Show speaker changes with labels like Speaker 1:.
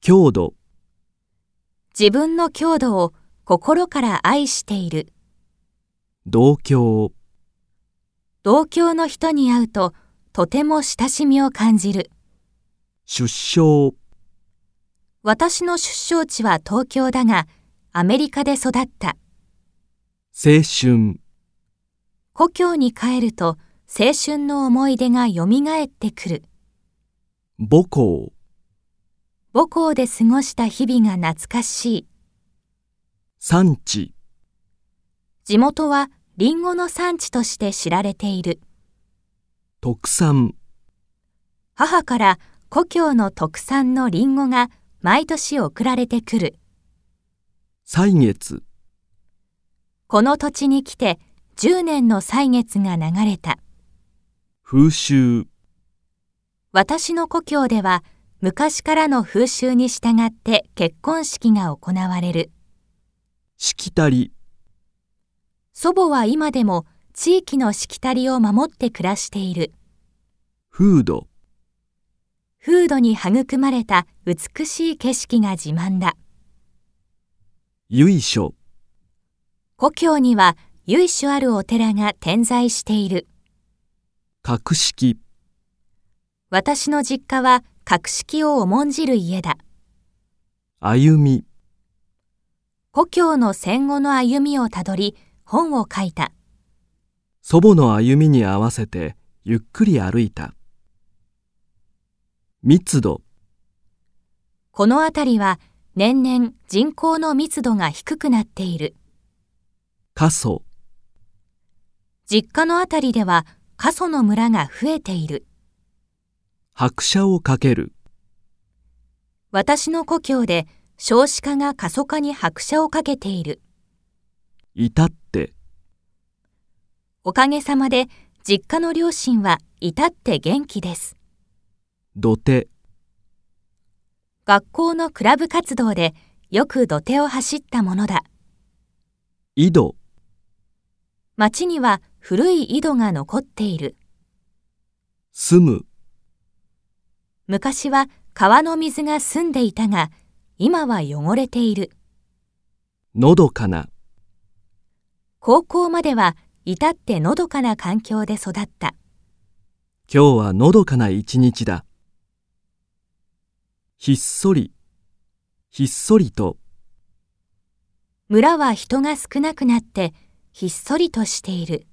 Speaker 1: 強度、
Speaker 2: 自分の強度を心から愛している。
Speaker 1: 同郷、
Speaker 2: 同郷の人に会うと、とても親しみを感じる。
Speaker 1: 出生、
Speaker 2: 私の出生地は東京だが、アメリカで育った。
Speaker 1: 青春、
Speaker 2: 故郷に帰ると、青春の思い出が蘇ってくる。
Speaker 1: 母校、
Speaker 2: 母校で過ごした日々が懐かしい。
Speaker 1: 産地、
Speaker 2: 地元はリンゴの産地として知られている。
Speaker 1: 特産、
Speaker 2: 母から故郷の特産のリンゴが毎年送られてくる。
Speaker 1: 歳月、
Speaker 2: この土地に来て10年の歳月が流れた。
Speaker 1: 風習、
Speaker 2: 私の故郷では昔からの風習に従って結婚式が行われる。
Speaker 1: しきたり、
Speaker 2: 祖母は今でも地域のしきたりを守って暮らしている。
Speaker 1: 風土、
Speaker 2: 風土に育まれた美しい景色が自慢だ。
Speaker 1: 由緒、
Speaker 2: 故郷には由緒あるお寺が点在している。
Speaker 1: 格式、
Speaker 2: 私の実家は格式を重んじる家だ。
Speaker 1: 歩み、
Speaker 2: 故郷の戦後の歩みをたどり、本を書いた。
Speaker 1: 祖母の歩みに合わせてゆっくり歩いた。密度、
Speaker 2: この辺りは年々人口の密度が低くなっている。
Speaker 1: 過疎、
Speaker 2: 実家の辺りでは過疎の村が増えている。
Speaker 1: 拍車をかける、
Speaker 2: 私の故郷で少子化が過疎化に拍車をかけている。
Speaker 1: 至って、
Speaker 2: おかげさまで実家の両親は至って元気です。
Speaker 1: 土手、
Speaker 2: 学校のクラブ活動でよく土手を走ったものだ。
Speaker 1: 井戸、
Speaker 2: 町には古い井戸が残っている。
Speaker 1: 住む、
Speaker 2: 昔は川の水が澄んでいたが、今は汚れている。
Speaker 1: のどかな、
Speaker 2: 高校までは至ってのどかな環境で育った。
Speaker 1: 今日はのどかな一日だ。ひっそり、ひっそりと、
Speaker 2: 村は人が少なくなって、ひっそりとしている。